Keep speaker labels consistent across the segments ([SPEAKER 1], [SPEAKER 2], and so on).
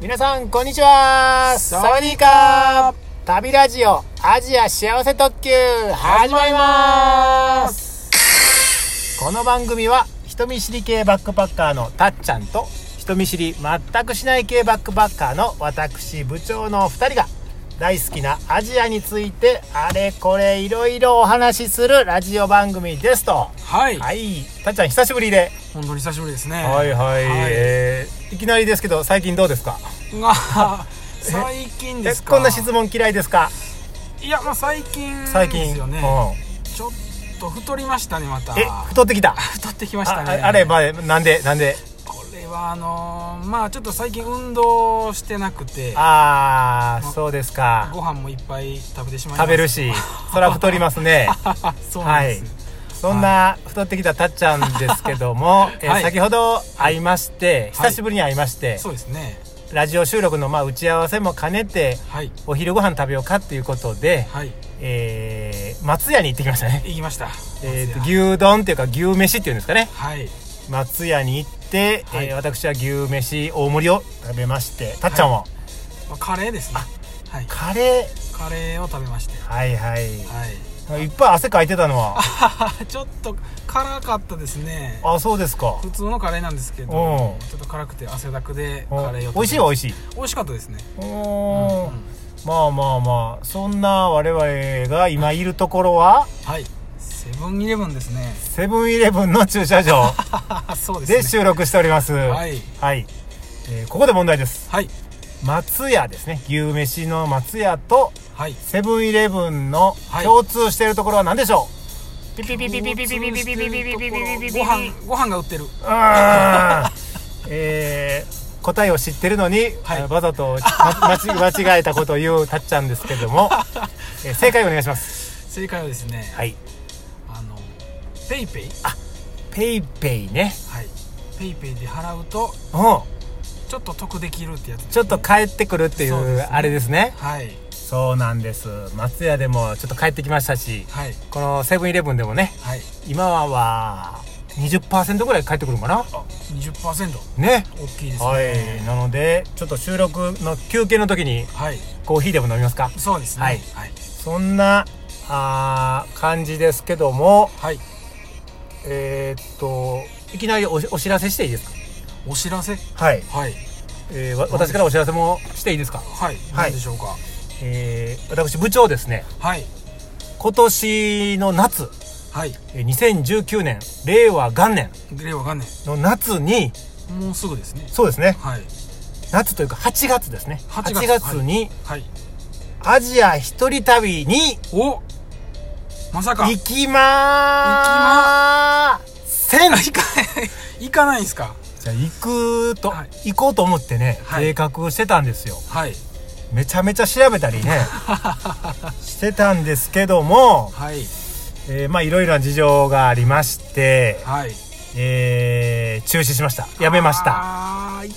[SPEAKER 1] 皆さんこんにちはサワディーカー旅ラジオアジア幸せ特急始まりますこの番組は人見知り系バックパッカーのたっちゃんと人見知り全くしない系バックパッカーの私部長の2人が大好きなアジアについてあれこれいろいろお話しするラジオ番組ですと
[SPEAKER 2] はい、
[SPEAKER 1] はいたっちゃん久しぶりで
[SPEAKER 2] 本当に久しぶりですね。
[SPEAKER 1] はいはい、
[SPEAKER 2] はい
[SPEAKER 1] えーいきなりですけど最近どうですか
[SPEAKER 2] が最近ですか。
[SPEAKER 1] こんな質問嫌いですか
[SPEAKER 2] いや、まあ最近
[SPEAKER 1] 最近、
[SPEAKER 2] ですよね。
[SPEAKER 1] う
[SPEAKER 2] ちょっと太りましたねまた。
[SPEAKER 1] ん、え太ってきた
[SPEAKER 2] 太ってきました
[SPEAKER 1] あ
[SPEAKER 2] ね。
[SPEAKER 1] ああれまあなんでなんで
[SPEAKER 2] これはあのーまあちょっと最近運動してなくて、
[SPEAKER 1] ああそうですか
[SPEAKER 2] ご飯もいっぱい食べてしまいま
[SPEAKER 1] 食
[SPEAKER 2] す
[SPEAKER 1] べる。しそら太りますね
[SPEAKER 2] そうなんです。
[SPEAKER 1] そんな太ってきたたっちゃんですけども、えー
[SPEAKER 2] はい
[SPEAKER 1] 先ほど会いまして
[SPEAKER 2] はい
[SPEAKER 1] 久しぶりに会いまして、
[SPEAKER 2] そうですね。
[SPEAKER 1] ラジオ収録のまあ打ち合わせも兼ねて
[SPEAKER 2] はい
[SPEAKER 1] お昼ご飯食べようかっていうことで、
[SPEAKER 2] はい
[SPEAKER 1] えー松屋に行ってきましたね
[SPEAKER 2] 行きました。
[SPEAKER 1] えーと
[SPEAKER 2] 松
[SPEAKER 1] 牛丼っていうか牛飯っていうんですかね
[SPEAKER 2] 屋はい
[SPEAKER 1] 松屋に行って、
[SPEAKER 2] はい
[SPEAKER 1] えー私は牛飯大盛りを食べましてたっちゃんは、
[SPEAKER 2] まあカレーですね。はい
[SPEAKER 1] カレー
[SPEAKER 2] カレーを食べまして。
[SPEAKER 1] はいはい、
[SPEAKER 2] はい。
[SPEAKER 1] い、っぱい汗かいてたのは
[SPEAKER 2] ちょっと辛かったですね
[SPEAKER 1] あそうですか
[SPEAKER 2] 普通のカレーなんですけど
[SPEAKER 1] おう
[SPEAKER 2] ちょっと辛くて汗だくで
[SPEAKER 1] お
[SPEAKER 2] カレーを
[SPEAKER 1] 美味しいは美味しい
[SPEAKER 2] 美味しかったですね
[SPEAKER 1] お
[SPEAKER 2] うん
[SPEAKER 1] ーまあまあまあそんな我々が今いるところは
[SPEAKER 2] はいセブンイレブンですね
[SPEAKER 1] セブンイレブンの駐車場
[SPEAKER 2] そうで
[SPEAKER 1] です
[SPEAKER 2] ね、
[SPEAKER 1] 収録しておりますはいえーここで問題です
[SPEAKER 2] はい
[SPEAKER 1] 松屋ですね牛飯の松屋と
[SPEAKER 2] はい
[SPEAKER 1] セブンイレブンの
[SPEAKER 2] はい
[SPEAKER 1] 共通しているところは何でしょう、ピピピピピピピピピピピピピピピピ
[SPEAKER 2] ご飯ご飯が売ってる
[SPEAKER 1] うーんえー答えを知ってるのに、
[SPEAKER 2] はい
[SPEAKER 1] わざとま間違間違えたことを言うたっちゃんですけども、えー正解お願いします
[SPEAKER 2] 正解はですね、
[SPEAKER 1] はい
[SPEAKER 2] あのペイペイ
[SPEAKER 1] ペイペイね
[SPEAKER 2] はいペイペイで払うと
[SPEAKER 1] うん
[SPEAKER 2] ちょっと得できるってやつですね、
[SPEAKER 1] ちょっと帰ってくるってい
[SPEAKER 2] そう
[SPEAKER 1] う
[SPEAKER 2] ですね
[SPEAKER 1] あれですね
[SPEAKER 2] はい
[SPEAKER 1] そうなんです松屋でもちょっと帰ってきましたし
[SPEAKER 2] はい
[SPEAKER 1] このセブンイレブンでもね
[SPEAKER 2] はい
[SPEAKER 1] 今は20%ぐらい帰ってくるのかな
[SPEAKER 2] あ20%
[SPEAKER 1] ね
[SPEAKER 2] 大きいですね
[SPEAKER 1] はい、なのでちょっと収録の休憩の時に
[SPEAKER 2] はい、
[SPEAKER 1] コーヒーでも飲みますか
[SPEAKER 2] そうですね
[SPEAKER 1] はい
[SPEAKER 2] はい、
[SPEAKER 1] そんなあー感じですけども
[SPEAKER 2] はい
[SPEAKER 1] えーっといきなりおお知らせしていいです
[SPEAKER 2] お知らせ
[SPEAKER 1] かはい、
[SPEAKER 2] はい
[SPEAKER 1] えーわ私からお知らせもしていいですか、
[SPEAKER 2] はい
[SPEAKER 1] はい
[SPEAKER 2] 何でしょうか
[SPEAKER 1] えー私部長ですね
[SPEAKER 2] はい
[SPEAKER 1] 今年の夏
[SPEAKER 2] はい
[SPEAKER 1] えー2019年令和元年
[SPEAKER 2] 令和元年
[SPEAKER 1] の夏に
[SPEAKER 2] もうすぐですね
[SPEAKER 1] そうですね
[SPEAKER 2] はい
[SPEAKER 1] 夏というか8月ですね8
[SPEAKER 2] 8
[SPEAKER 1] 月
[SPEAKER 2] 月
[SPEAKER 1] に
[SPEAKER 2] はい
[SPEAKER 1] アジア一人旅に
[SPEAKER 2] おまさか
[SPEAKER 1] 行きまーす行きま
[SPEAKER 2] 行かない行かないんすか
[SPEAKER 1] じゃあ行くと、
[SPEAKER 2] はい
[SPEAKER 1] 行こうと思ってね、
[SPEAKER 2] はい
[SPEAKER 1] 計画してたんですよ
[SPEAKER 2] はい
[SPEAKER 1] めちゃめちゃ調べたり ねしてたんですけども、
[SPEAKER 2] はい
[SPEAKER 1] えーまあいろいろな事情がありまして、
[SPEAKER 2] はい
[SPEAKER 1] えー中止しましたやめました
[SPEAKER 2] ああいけ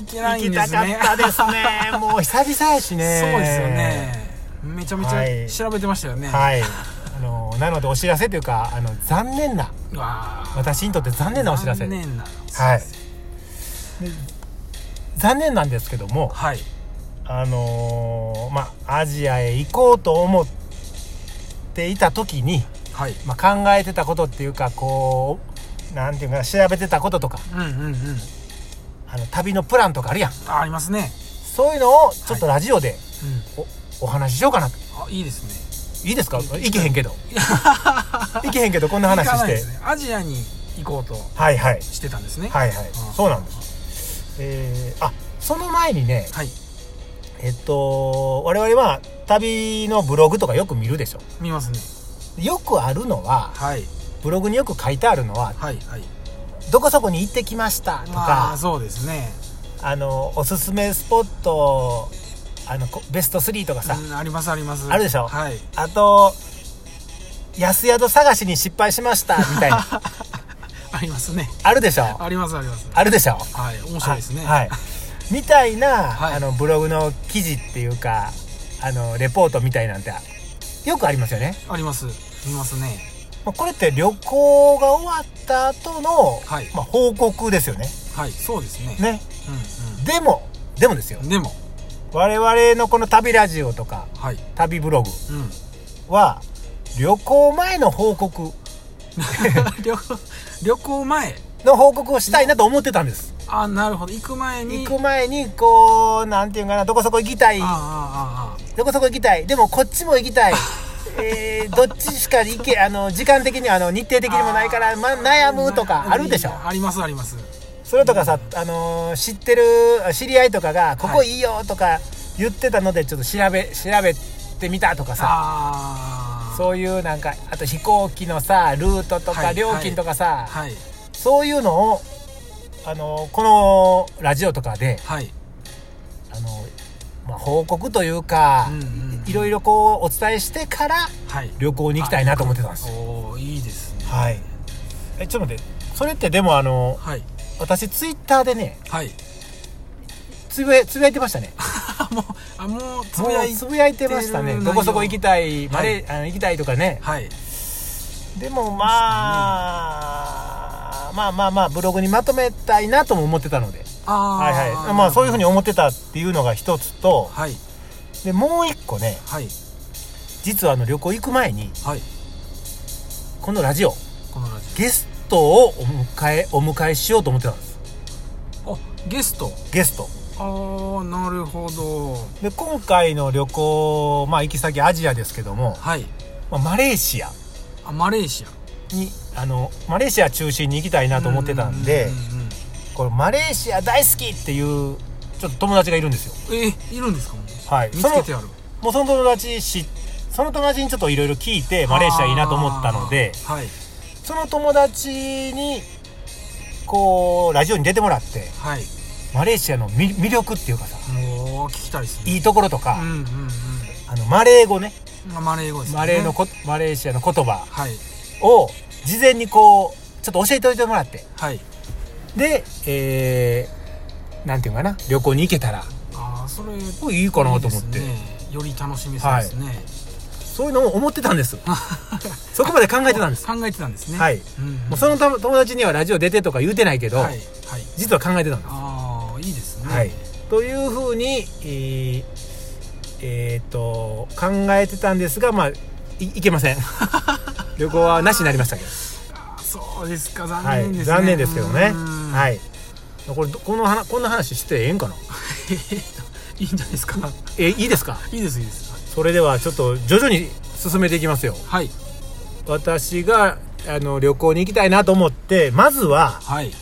[SPEAKER 2] いけな
[SPEAKER 1] 行
[SPEAKER 2] い
[SPEAKER 1] き
[SPEAKER 2] んで
[SPEAKER 1] た
[SPEAKER 2] す
[SPEAKER 1] か
[SPEAKER 2] ね
[SPEAKER 1] ったですねもう久々やしね
[SPEAKER 2] そうですよねめちゃめち
[SPEAKER 1] はい
[SPEAKER 2] ゃ調べてましたよね
[SPEAKER 1] はいあのなのでお知らせというかあの残念な
[SPEAKER 2] うわー
[SPEAKER 1] 私にとって残念なお知らせ
[SPEAKER 2] 残念な
[SPEAKER 1] はい残念なんですけども
[SPEAKER 2] はい
[SPEAKER 1] あのーまあアジアへ行こうと思っていた時に、
[SPEAKER 2] はい
[SPEAKER 1] まあ、考えてたことっていうかこうなんていうかな調べてたこととか
[SPEAKER 2] うんうんうん
[SPEAKER 1] あの旅のプランとかあるやん
[SPEAKER 2] あありますね
[SPEAKER 1] そういうのをちょっとラジオで
[SPEAKER 2] う
[SPEAKER 1] お,、
[SPEAKER 2] ん
[SPEAKER 1] お話ししようかなと
[SPEAKER 2] あいいですね
[SPEAKER 1] いいですか行けへんけど行けへんけどこんな話
[SPEAKER 2] 行か
[SPEAKER 1] し
[SPEAKER 2] ない
[SPEAKER 1] て、
[SPEAKER 2] ですねアジアに行こうと
[SPEAKER 1] はいはい
[SPEAKER 2] してたんですね
[SPEAKER 1] はいはい
[SPEAKER 2] あ
[SPEAKER 1] そうなんですえー、あその前にね
[SPEAKER 2] はい
[SPEAKER 1] えっと我々は旅のブログとかよく見るでしょ
[SPEAKER 2] 見ますね
[SPEAKER 1] よくあるのは
[SPEAKER 2] はい
[SPEAKER 1] ブログによく書いてあるのは
[SPEAKER 2] はいはい
[SPEAKER 1] どこそこに行ってきましたとか、
[SPEAKER 2] まあ
[SPEAKER 1] あ、
[SPEAKER 2] そうですね
[SPEAKER 1] のおすすめスポットあのこベスト3とかさ、
[SPEAKER 2] うんありますあります
[SPEAKER 1] あるでしょ
[SPEAKER 2] はい
[SPEAKER 1] あと安宿探しに失敗しましたみたい な
[SPEAKER 2] ありますね
[SPEAKER 1] あるでしょ
[SPEAKER 2] ありますあります
[SPEAKER 1] あるでしょ
[SPEAKER 2] はい面白いですね
[SPEAKER 1] はいい、みたいな、
[SPEAKER 2] はい
[SPEAKER 1] あのブログの記事っていうかあのレポートみたいなんてよくありますよね
[SPEAKER 2] あります見ますね
[SPEAKER 1] まあこれって旅行が終わった後の、
[SPEAKER 2] はい
[SPEAKER 1] まあ、報告ですよね
[SPEAKER 2] はいそうですね
[SPEAKER 1] ね
[SPEAKER 2] うんうん
[SPEAKER 1] でもででもですよ
[SPEAKER 2] でも
[SPEAKER 1] 我々のこの旅ラジオとか
[SPEAKER 2] はい
[SPEAKER 1] 旅ブログ
[SPEAKER 2] うん
[SPEAKER 1] は旅行前の報告
[SPEAKER 2] 旅行旅行前
[SPEAKER 1] の報告をしたいなと思ってたんです
[SPEAKER 2] あなるほど行く前に
[SPEAKER 1] 行く前にこうなんていうんかなどこそこ行きたい
[SPEAKER 2] あああああ
[SPEAKER 1] どこそこ行きたいでもこっちも行きたい えーどっちしか行けあの時間的にあの日程的にもないから、ま、
[SPEAKER 2] あ
[SPEAKER 1] 悩むとかあるでしょ
[SPEAKER 2] ありますあります
[SPEAKER 1] それとかさ、あのー知ってる知り合いとかが「ここいいよ」とか言ってたのでちょっと調べ調べてみたとかさ
[SPEAKER 2] ああ
[SPEAKER 1] そういうなんかあと飛行機のさルートと
[SPEAKER 2] は
[SPEAKER 1] か
[SPEAKER 2] い
[SPEAKER 1] 料金とかさ、
[SPEAKER 2] はい
[SPEAKER 1] そういうのを、あのーこのラジオとかで、
[SPEAKER 2] はい
[SPEAKER 1] あのーまあ、報告というか、
[SPEAKER 2] うんうんうん
[SPEAKER 1] いいろいろこうお伝えしてから
[SPEAKER 2] はい
[SPEAKER 1] 旅行に行きたいなと思ってたんですよ。
[SPEAKER 2] おおーいいですね
[SPEAKER 1] はい、えちょっと待ってそれってでもあの
[SPEAKER 2] はい
[SPEAKER 1] 私ツイッターでね
[SPEAKER 2] はい
[SPEAKER 1] つぶやつぶやいてましたね
[SPEAKER 2] もうあもうつ
[SPEAKER 1] つ
[SPEAKER 2] ぶ
[SPEAKER 1] ぶ
[SPEAKER 2] や
[SPEAKER 1] や
[SPEAKER 2] い
[SPEAKER 1] いつぶやいてましたね
[SPEAKER 2] てる内
[SPEAKER 1] ど
[SPEAKER 2] 容
[SPEAKER 1] こそこ行きたいまで、あの行きたいとかね
[SPEAKER 2] はい
[SPEAKER 1] でもまあまあまあまあブログにまとめたいなとも思ってたので、
[SPEAKER 2] ああ
[SPEAKER 1] はいはい、まあそういうふうに思ってたっていうのが一つと
[SPEAKER 2] はい
[SPEAKER 1] でもう一個ね
[SPEAKER 2] はい
[SPEAKER 1] 実はあの旅行行く前に
[SPEAKER 2] はい
[SPEAKER 1] このラジオ
[SPEAKER 2] このラジ
[SPEAKER 1] ゲストをお迎えお迎えしようと思ってたんです
[SPEAKER 2] オあゲスト
[SPEAKER 1] ゲスト
[SPEAKER 2] ああなるほど
[SPEAKER 1] で今回の旅行、まあ、行き先アジアですけども、
[SPEAKER 2] はい
[SPEAKER 1] まあ、マレーシア
[SPEAKER 2] あマレーシア
[SPEAKER 1] にあのマレーシア中心に行きたいなと思ってたんで
[SPEAKER 2] うううん
[SPEAKER 1] これマレーシア大好きっていうちょっと友達がいるんですよ
[SPEAKER 2] えいるんですかもう
[SPEAKER 1] はい
[SPEAKER 2] 見つけてある
[SPEAKER 1] もうその友達しその友達にちょっといろいろ聞いてマレーシアいいなと思ったので
[SPEAKER 2] あーはい
[SPEAKER 1] その友達にこうラジオに出てもらって
[SPEAKER 2] はい
[SPEAKER 1] マレーシアの魅魅力っていうかさ
[SPEAKER 2] もう聞きたいですね
[SPEAKER 1] いいところと
[SPEAKER 2] うん
[SPEAKER 1] か、
[SPEAKER 2] うんうん
[SPEAKER 1] あのマレー語ね
[SPEAKER 2] まあマレー語ですね
[SPEAKER 1] マレーのこマレーシアの言葉
[SPEAKER 2] はい
[SPEAKER 1] を事前にこうちょっと教えておいてもらって
[SPEAKER 2] はい
[SPEAKER 1] でえー、なんていうのかな旅行に行けたら
[SPEAKER 2] ああそれいい
[SPEAKER 1] これいいかなと思って
[SPEAKER 2] ですねより楽しみそうです ね
[SPEAKER 1] そういうのを思ってたんですそこまで考えてたんです
[SPEAKER 2] 考えてたんですね
[SPEAKER 1] はい
[SPEAKER 2] うんうん
[SPEAKER 1] もうその友友達にはラジオ出てとか言うてないけど、
[SPEAKER 2] はいはい
[SPEAKER 1] 実は考えてたんです、
[SPEAKER 2] ああいいですね
[SPEAKER 1] はい、というふうにえーえーっと考えてたんですがまあいいけま せん旅行はなしになりましたけど、
[SPEAKER 2] あーそうですか残
[SPEAKER 1] はい
[SPEAKER 2] 念ですね
[SPEAKER 1] 残念ですけどねはいいこれどこの話こんな話してええんかない
[SPEAKER 2] いんじゃないですか
[SPEAKER 1] えいいですか
[SPEAKER 2] いいですいいです
[SPEAKER 1] それではちょっと徐々に進めていきますよ
[SPEAKER 2] はい
[SPEAKER 1] 私があの旅行に行きたいなと思ってまずは
[SPEAKER 2] はい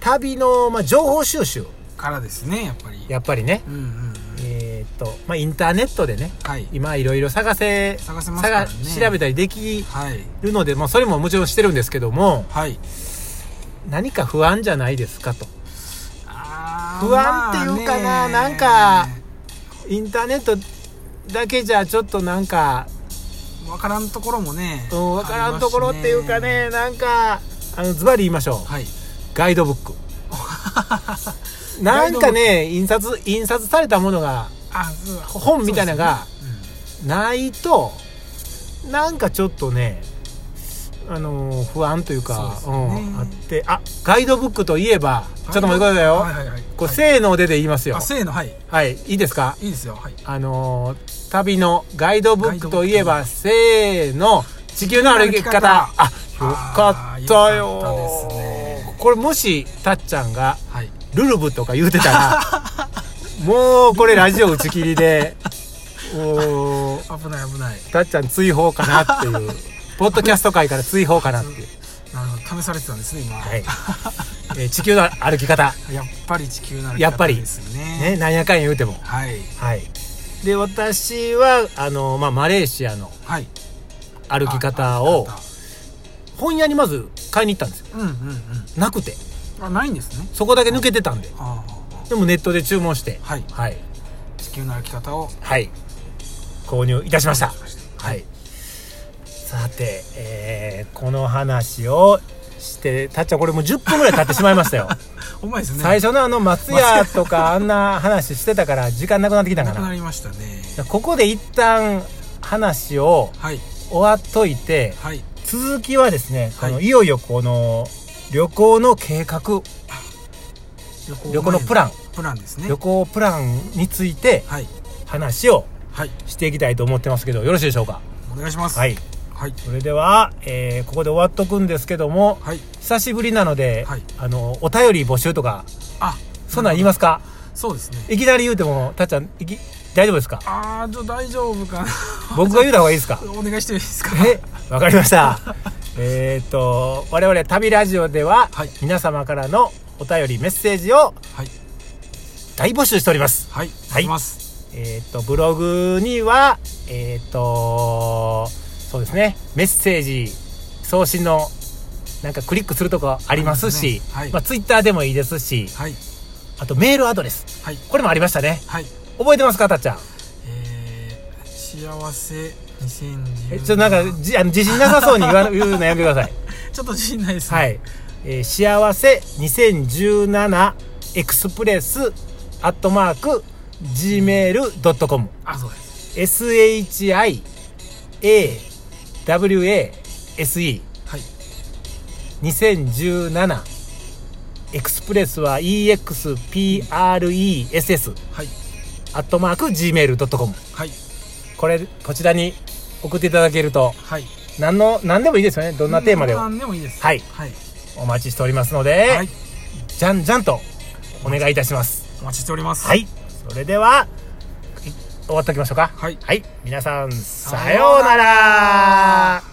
[SPEAKER 1] 旅の、まあ、情報収集
[SPEAKER 2] からですねやっぱり
[SPEAKER 1] やっぱりね
[SPEAKER 2] うんうんうん
[SPEAKER 1] えーっと、まあ、インターネットでね
[SPEAKER 2] はい
[SPEAKER 1] 今いろいろ探せ
[SPEAKER 2] 探せますからね
[SPEAKER 1] 探調べたりでき
[SPEAKER 2] はい
[SPEAKER 1] るので、まあ、それももちろんしてるんですけども
[SPEAKER 2] はい
[SPEAKER 1] 何か不安じゃないですかと
[SPEAKER 2] あー
[SPEAKER 1] 不安っていうかな
[SPEAKER 2] まあね
[SPEAKER 1] なんかインターネットだけじゃちょっとなんか、
[SPEAKER 2] わからんところもね
[SPEAKER 1] うん、分からんところっていうか
[SPEAKER 2] あ
[SPEAKER 1] ねなんかあのズバリ言いましょう、
[SPEAKER 2] りますし
[SPEAKER 1] ガイドブック なんかね印刷印刷されたものが
[SPEAKER 2] はいあそう
[SPEAKER 1] 本みたいなのが
[SPEAKER 2] そうですね
[SPEAKER 1] ないとなんかちょっとねあのー不安というか
[SPEAKER 2] そうですよね
[SPEAKER 1] ん、あってあガイドブックといえば
[SPEAKER 2] うん
[SPEAKER 1] ちょっと待ってくださいよ、
[SPEAKER 2] はいはいはい
[SPEAKER 1] これ、
[SPEAKER 2] はい
[SPEAKER 1] せーのでで言いますよ
[SPEAKER 2] あせーのはい
[SPEAKER 1] はいいいですか
[SPEAKER 2] いいですよはい
[SPEAKER 1] あのー旅のガイドブックといえば
[SPEAKER 2] ガイ
[SPEAKER 1] せーの地球の歩き方あよかったよ
[SPEAKER 2] あーよかったですね
[SPEAKER 1] これもしたっちゃんが
[SPEAKER 2] はい
[SPEAKER 1] ルルブとか言うてた らもうこれラジオ打ち切りでおー
[SPEAKER 2] 危ない危ない
[SPEAKER 1] たっちゃん追放かなって いうポッドキャスト界から追放かなっていう、
[SPEAKER 2] なるほど試されてたんですね今
[SPEAKER 1] はいえー地球の歩き方、
[SPEAKER 2] やっぱり地球なら
[SPEAKER 1] やっぱり
[SPEAKER 2] ですよね
[SPEAKER 1] ね、なんやかんや言うても
[SPEAKER 2] はい
[SPEAKER 1] はいで私はあの、まあ、マレーシアの
[SPEAKER 2] はい
[SPEAKER 1] 歩き方を
[SPEAKER 2] あ
[SPEAKER 1] 本屋にまず買いに行ったんですよ
[SPEAKER 2] うんうんうん
[SPEAKER 1] なくて
[SPEAKER 2] あないんですね
[SPEAKER 1] そこだけ抜けてたんで
[SPEAKER 2] ああ
[SPEAKER 1] でもネットで注文して
[SPEAKER 2] はい
[SPEAKER 1] はい、
[SPEAKER 2] 地球の歩き方を
[SPEAKER 1] はい、購入いたしました
[SPEAKER 2] しました
[SPEAKER 1] はいさて、えーこの話をしてたっちゃんこれもう10分ぐらい経ってしまいましたよ
[SPEAKER 2] うまいですね
[SPEAKER 1] 最初のあの松屋とかあんな話してたから時間なくなってきた
[SPEAKER 2] な
[SPEAKER 1] か
[SPEAKER 2] くな
[SPEAKER 1] な
[SPEAKER 2] りましたね
[SPEAKER 1] ここで一旦話を
[SPEAKER 2] はい
[SPEAKER 1] 終わっといて
[SPEAKER 2] はい
[SPEAKER 1] 続きはですね、
[SPEAKER 2] はい
[SPEAKER 1] い、このいよいよこの旅行の計画
[SPEAKER 2] 旅行
[SPEAKER 1] 旅行のプラン
[SPEAKER 2] 前プランですね
[SPEAKER 1] 旅行プランについて
[SPEAKER 2] はい
[SPEAKER 1] 話を
[SPEAKER 2] はい
[SPEAKER 1] していきたいと思ってますけどよろしいでしょうか
[SPEAKER 2] お願いします
[SPEAKER 1] はい
[SPEAKER 2] はい
[SPEAKER 1] それでは、えーここで終わっとくんですけども、
[SPEAKER 2] はい
[SPEAKER 1] 久しぶりなので、
[SPEAKER 2] はい
[SPEAKER 1] あのお便り募集とか
[SPEAKER 2] あ
[SPEAKER 1] そんなん言いますか、
[SPEAKER 2] そうですね
[SPEAKER 1] いきなり言うてもたっちゃんいき大丈夫ですか
[SPEAKER 2] ああちょっと大丈夫かな
[SPEAKER 1] 僕が言うた方がいいですか
[SPEAKER 2] お願いしていいですか
[SPEAKER 1] えわかりましたえっと我々旅ラジオでは、
[SPEAKER 2] はい
[SPEAKER 1] 皆様からのお便りメッセージを
[SPEAKER 2] はい
[SPEAKER 1] 大募集しております
[SPEAKER 2] はい
[SPEAKER 1] はい
[SPEAKER 2] いきます
[SPEAKER 1] えっとブログにはえっとそうですねメッセージ送信のなんかクリックするとこあります
[SPEAKER 2] あり
[SPEAKER 1] し
[SPEAKER 2] ますねはい
[SPEAKER 1] まあ、ツイッターでもいいですし
[SPEAKER 2] はい
[SPEAKER 1] あとメールアドレス
[SPEAKER 2] はい
[SPEAKER 1] これもありましたね
[SPEAKER 2] はい
[SPEAKER 1] 覚えてますかたっちゃん
[SPEAKER 2] えー幸せ
[SPEAKER 1] え
[SPEAKER 2] 2010
[SPEAKER 1] ちょっとなんかじあの自信なさそうに言わ言うのやめてください
[SPEAKER 2] ちょっと自信ないですね
[SPEAKER 1] はい、えー幸せ2017エクスプレスアットマーク gmail.com
[SPEAKER 2] あそうです
[SPEAKER 1] SHIAWASE
[SPEAKER 2] はい
[SPEAKER 1] 2017エクスプレスは EXPRESS
[SPEAKER 2] はい
[SPEAKER 1] アットマーク gmail.com
[SPEAKER 2] はい
[SPEAKER 1] これこちらに送っていただけると
[SPEAKER 2] はい
[SPEAKER 1] 何の何でもいいですよねど
[SPEAKER 2] こ
[SPEAKER 1] んなテーマでも
[SPEAKER 2] 何でもいいです
[SPEAKER 1] はい
[SPEAKER 2] はい
[SPEAKER 1] お待ちしておりますので、
[SPEAKER 2] はい
[SPEAKER 1] じゃんじゃんとお願いいたします
[SPEAKER 2] お待ちしております
[SPEAKER 1] はいそれではい終わっておきましょうか
[SPEAKER 2] はい
[SPEAKER 1] はい皆さんさようなら